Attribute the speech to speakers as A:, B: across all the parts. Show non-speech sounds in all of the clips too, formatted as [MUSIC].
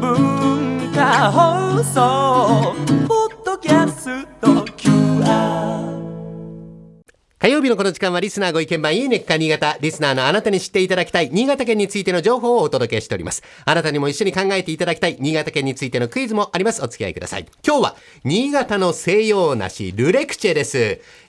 A: 文化放送ポッドキャスト QR
B: 火曜日のこの時間はリスナーご意見番いいねっか新潟。リスナーのあなたに知っていただきたい新潟県についての情報をお届けしております。あなたにも一緒に考えていただきたい新潟県についてのクイズもあります。お付き合いください。今日は新潟の西洋梨ルレクチェです。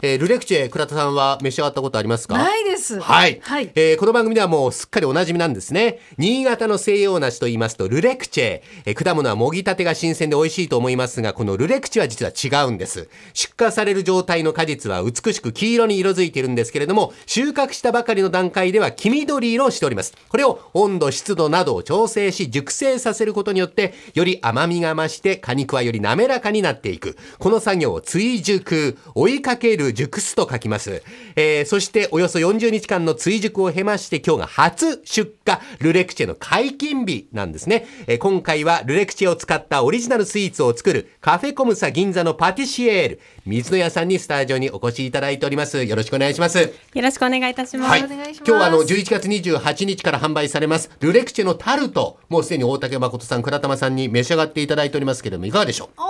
B: えールレクチェ倉田さんは召し上がったことありますか
C: ないです。
B: はい、
C: はい。
B: えーこの番組ではもうすっかりおなじみなんですね新潟の西洋梨と言いますとルレクチェ、えー果物はもぎたてが新鮮で美味しいと思いますがこのルレクチェは実は違うんです出荷される状態の果実は美しく黄色に色づいているんですけれども収穫したばかりの段階では黄緑色をしておりますこれを温度湿度などを調整し熟成させることによってより甘みが増して果肉はより滑らかになっていくこの作業を追熟追いかける熟すと書きます、えーそしておよそ40日間の追熟を経まして今日が初出荷ルレクチェの解禁日なんですね、えー今回はルレクチェを使ったオリジナルスイーツを作るカフェコムサ銀座のパティシエール水野屋さんにスタジオにお越しいただいておりますよろしくお願いします
D: よろしくお願いいたします。
B: はい、
C: お願いします
B: 今日はあの11月28日から販売されますルレクチェのタルトもうすでに大竹誠さん倉玉さんに召し上がっていただいておりますけれどもいかがでしょう
C: 美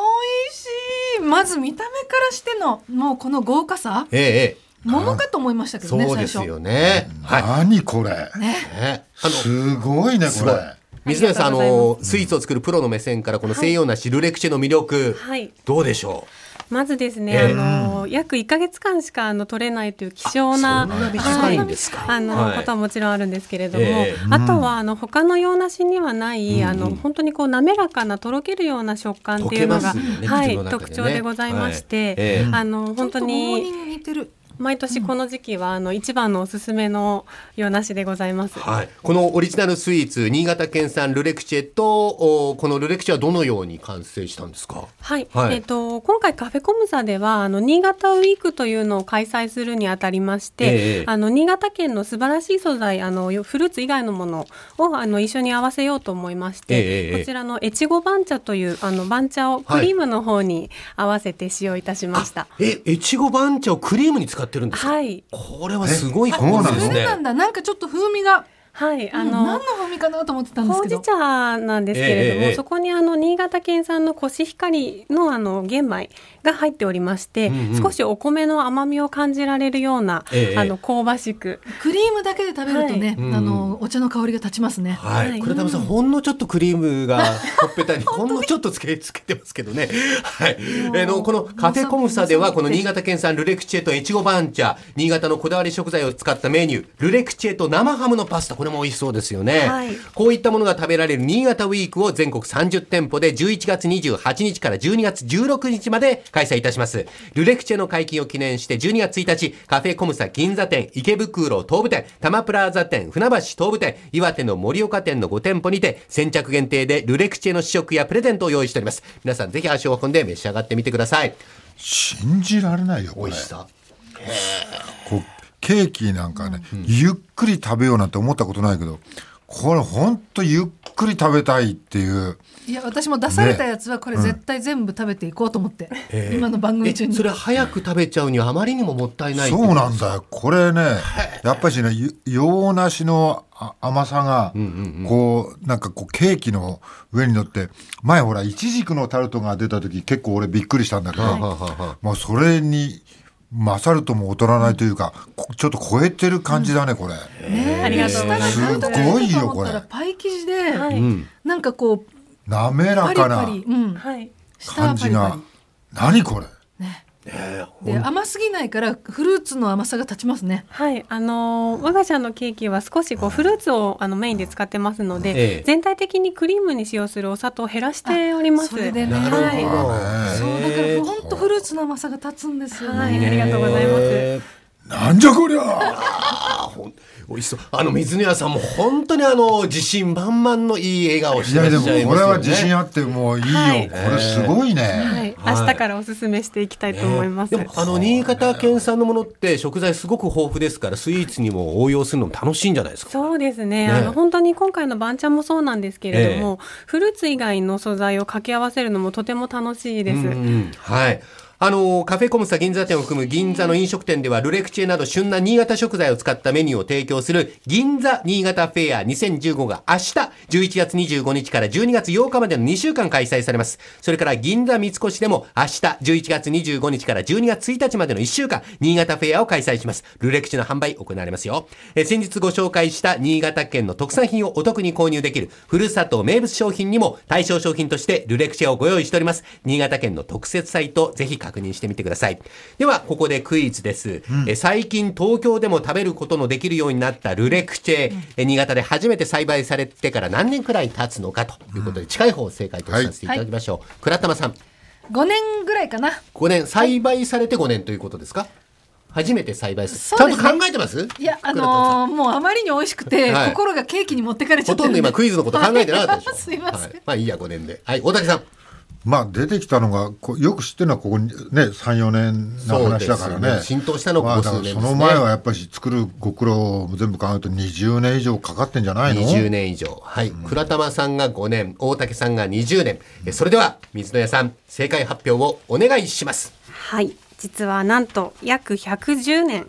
C: 味しい。まず見た目からしての、もうこの豪華さ。
B: えええ
C: 桃かと思いましたけ
B: え、
C: どね、
B: そう
C: 最
B: で
C: 初。
B: すよねはい、
E: 何これ
C: ね。
B: ねあの
E: すごいね
B: す
E: こ
B: ごい
E: れ
B: 水野さんあ
D: ありがとうご
B: のスイーツを作るプロの目線からこの西洋梨ルレクチェの魅力、
D: はい
B: どうでしょ
D: まずですね、
B: ええ
D: あの約1ヶ月間しかあの取れないという希少
B: う
D: な
B: そんな短いん
D: はい
B: ですか、
D: あの
B: はい
D: ことはもちろんあるんですけれども、
B: ええ
D: あとはあの他の洋梨にはない、あの本当にこう滑らかなとろけるような食感っていうの
B: 溶
D: が、
B: けますよね
D: は
B: 口
D: い
B: の中でね
D: 特徴でございまして、
B: はいええ
D: あの本当に
C: ちょっと桃に似てる。
D: 毎年この時期はあの一番のおすすめの洋梨でございます。
B: はい、このオリジナルスイーツ新潟県産ルレクチェとおこのルレクチェはどのように完成したんですか
D: はい、
B: はい
D: えっ、と今回カフェコムサではあの新潟ウィークというのを開催するにあたりまして、
B: ええ
D: あの新潟県の素晴らしい素材あのよフルーツ以外のものをあの一緒に合わせようと思いまして、
B: ええええ
D: こちらの越後番茶というあの番茶をクリームの方に合わせて使用いたしました。
B: え越後番茶をクリームに使ってるんですか、
D: はい、
B: これはすごい
E: え
B: コーナーで
C: そ
B: す
C: れ
B: ね
C: なんだ。なんかちょっと風味が。
D: はい、あ
C: うん
D: の、
C: 何の風味かなと思ってたんで
D: ほ
C: す
D: う
C: け
D: じ
C: ど。
D: 茶なんですけれども、
B: ええええ
D: そこにあの新潟県産のコシヒカリのあの玄米が入っておりまして、
B: うんうん
D: 少しお米の甘みを感じられるような、
B: ええ
D: あの香ばしく、
C: クリームだけで食べるとね、
B: はい
C: あの、お茶の香りが立ちますね。
B: は、
D: はいい
B: 倉田さん、ほんのちょっとクリームがほっぺたにほんのちょっとつけつけてますけどね。はい、えのこのカフェコムサではこの新潟県産ルレクチェと越後番茶、新潟のこだわり食材を使ったメニュー、ルレクチェと生ハムのパスタ、これも美味しそうですよね。
D: はい
B: こういったものが食べられる新潟ウィークを全国30店舗で11月28日から12月16日まで開催いたします。ルレクチェの解禁を記念して12月1日、カフェコムサ銀座店、池袋東武店、多摩プラザ店、船橋東武店、岩手の盛岡店の5店舗にて先着限定でルレクチェの試食やプレゼントを用意しております。皆さんぜひ足を運んで召し上がってみてください。
E: 信じられないよこ
B: 美
E: れ
B: 味しさ。
E: こうケーキなんかね、ゆっくり食べようなんて思ったことないけどこれほんとゆっくり食べたいっていう
C: いや、私も出されたやつはこれ絶対全部食べていこうと思って。今の番組
B: え、
C: 中に。
B: それ早く食べちゃうにはあまりにももったいない。
E: そうなんだよこれねやっぱしねゆ洋梨のあ甘さがこうなんかこうケーキの上に乗って前ほらイチジクのタルトが出た時結構俺びっくりしたんだけど、
B: はあはあはあはあ
E: もうそれに勝るとも劣らないというか、こちょっと超えてる感じだねこれ、
C: ね
D: ありがとうございます
C: 下にタルトが入ってたと思ったら
E: すごいよこれ
C: パイ生地で、
D: はい、
C: なんかこう、
E: 滑ら
C: パリ
E: か
C: パ
E: な
C: リ、うん、
D: はい、
C: 下は
E: 感
C: パ
E: じ
C: リ
E: が
C: パ
E: 何これ
C: リ。で、甘すぎないから、フルーツの甘さが立ちますね。
D: はい、あのー我が社のケーキは少しこうフルーツをあのメインで使ってますので、
B: ええ
D: 全体的にクリームに使用するお砂糖を減らしております。
C: それでね、
B: なるほど。
D: はい
C: そう、だから、ほんとフルーツの甘さが立つんですよ
D: はい、あ
C: ね。
D: りがとうございます。
B: えー
E: なんじゃこりゃ
B: あほん美味しそう。あの、水野屋さんも本当にあの、自信満々のいい笑顔をし
E: い
B: てら
E: や
B: っし
E: で
B: ゃい
E: も
B: ますよね。
E: これは自信あってもういいよ、
D: はい
E: これすごいね、
D: はい、明日からおすすめしていきたいと思います。
B: でもあの新潟県産のものって食材すごく豊富ですからスイーツにも応用するのも楽しいんじゃないですか。
D: そうですね
B: ね
D: あの本当に今回の番茶もそうなんですけれども、フルーツ以外の素材を掛け合わせるのもとても楽しいです。
B: うんはい。あのーカフェコムサ銀座店を含む銀座の飲食店ではルレクチェなど旬な新潟食材を使ったメニューを提供する銀座新潟フェア2015が明日11月25日から12月8日までの2週間開催されます。それから銀座三越でも明日11月25日から12月1日までの1週間新潟フェアを開催します。ルレクチェの販売行われますよ。えー先日ご紹介した新潟県の特産品をお得に購入できるふるさと名物商品にも対象商品としてルレクチェをご用意しております。新潟県の特設サイトぜひ確認してみてください。では、ここでクイズです、え最近東京でも食べることのできるようになったルレクチェ、え新潟で初めて栽培されてから何年くらい経つのかということで、近い方を正解とさせていただきましょう。倉玉さん、
C: 5年ぐらいかな
B: 5年、栽培されて5年ということですか初めて栽培する。
C: そうで
B: ち
C: す
B: ゃ
C: ね
B: んと考えてます
C: いやあ
B: 倉玉さん
C: のーもうあまりに美味しくて、
B: はい
C: 心がケーキに持ってかれち
B: ほ
C: ゃって
B: と
C: る
B: ん
C: で
B: ど今クイズのこと考えてなか
C: [LAUGHS]
B: ったでしょ。
C: すいません、
B: はいまあいいや、5年で。はい、大竹さん。
E: まあ出てきたのがこよく知ってるのはここにね34年の話だから
B: そうですよ
E: ね
B: ね浸透したの
E: ま
B: は
E: あ
B: ここ
E: だから
B: 数年
E: そ
B: です
E: の
B: ね
E: 前はやっぱり作るご苦労を全部考えると20年以上かかってんじゃないの
B: 20年以上。はい。倉玉さんが5年、大竹さんが20年。えそれでは、水野屋さん、正解発表をお願いします。
D: はい実はなんと約110年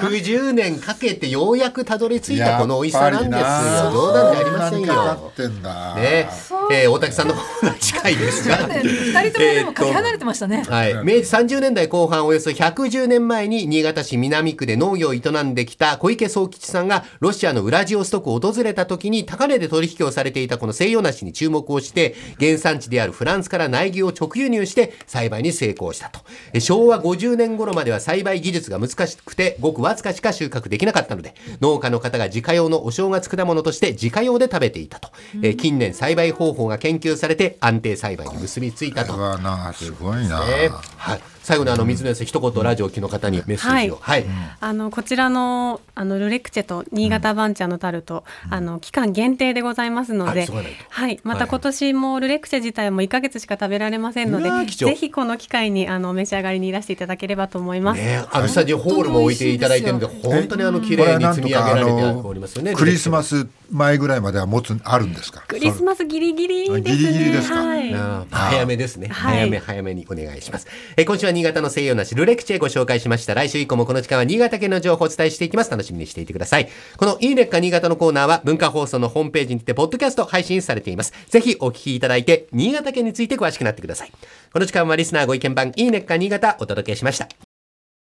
B: 110年かけてようやくたどり着いたこの美味しさなんですよ。冗談じゃありません
E: そなにかか
B: よ
E: っ。てんだ
B: ねえー大竹さんの方が近いですが。
C: 2人ともでもかけ離れてましたね、
B: はい、明治30年代後半およそ110年前に新潟市南区で農業を営んできた小池宗吉さんがロシアのウラジオストクを訪れた時に高値で取引をされていたこの西洋梨に注目をして原産地であるフランスから苗木を直輸入して栽培に成功したとえ昭和50年頃までは栽培技術が難しくてごくわずかしか収穫できなかったので農家の方が自家用のお正月果物として自家用で食べていたとえ近年栽培方法が研究されて安定栽培に結びついた
E: う
B: と
E: わなすごいな、
B: ねはい、最後のあの水野先生、一言ラジオを聞きの方にメッセージを。はい。
D: あのこちらのあのルレクチェと新潟番茶のタルト、あの期間限定でございますの
B: あ
D: で
B: 急がないと、
D: はい、ま
B: はいは
D: た
B: い
D: 今年もルレクチェ自体も1ヶ月しか食べられませんので
B: うわー、貴重
D: ぜひこの機会にあのお召し上がりにいらしていただければと思います。
B: ね、あのスタジオホールも置いていただいてるんで、本当にあの綺
E: こ
B: 麗
E: れは
B: に
E: なん
B: 積
E: と
B: み上げ
E: かあ
B: られて
E: の
B: おりますよね。
E: クリスマ
B: ス。
E: ス前ぐらいまでは持つあるんですか
D: クリスマスギリギリですね。
E: ギリギリですか
D: はい
B: あー早めですね、
D: はい
B: 早め早めにお願いします。えー今週は新潟の西洋梨ルレクチェご紹介しました。来週以降もこの時間は新潟県の情報をお伝えしていきます。楽しみにしていてください。このいいねっか新潟のコーナーは文化放送のホームページにてポッドキャスト配信されています。ぜひお聞きいただいて新潟県について詳しくなってください。この時間はリスナーご意見番いいねっか新潟お届けしました。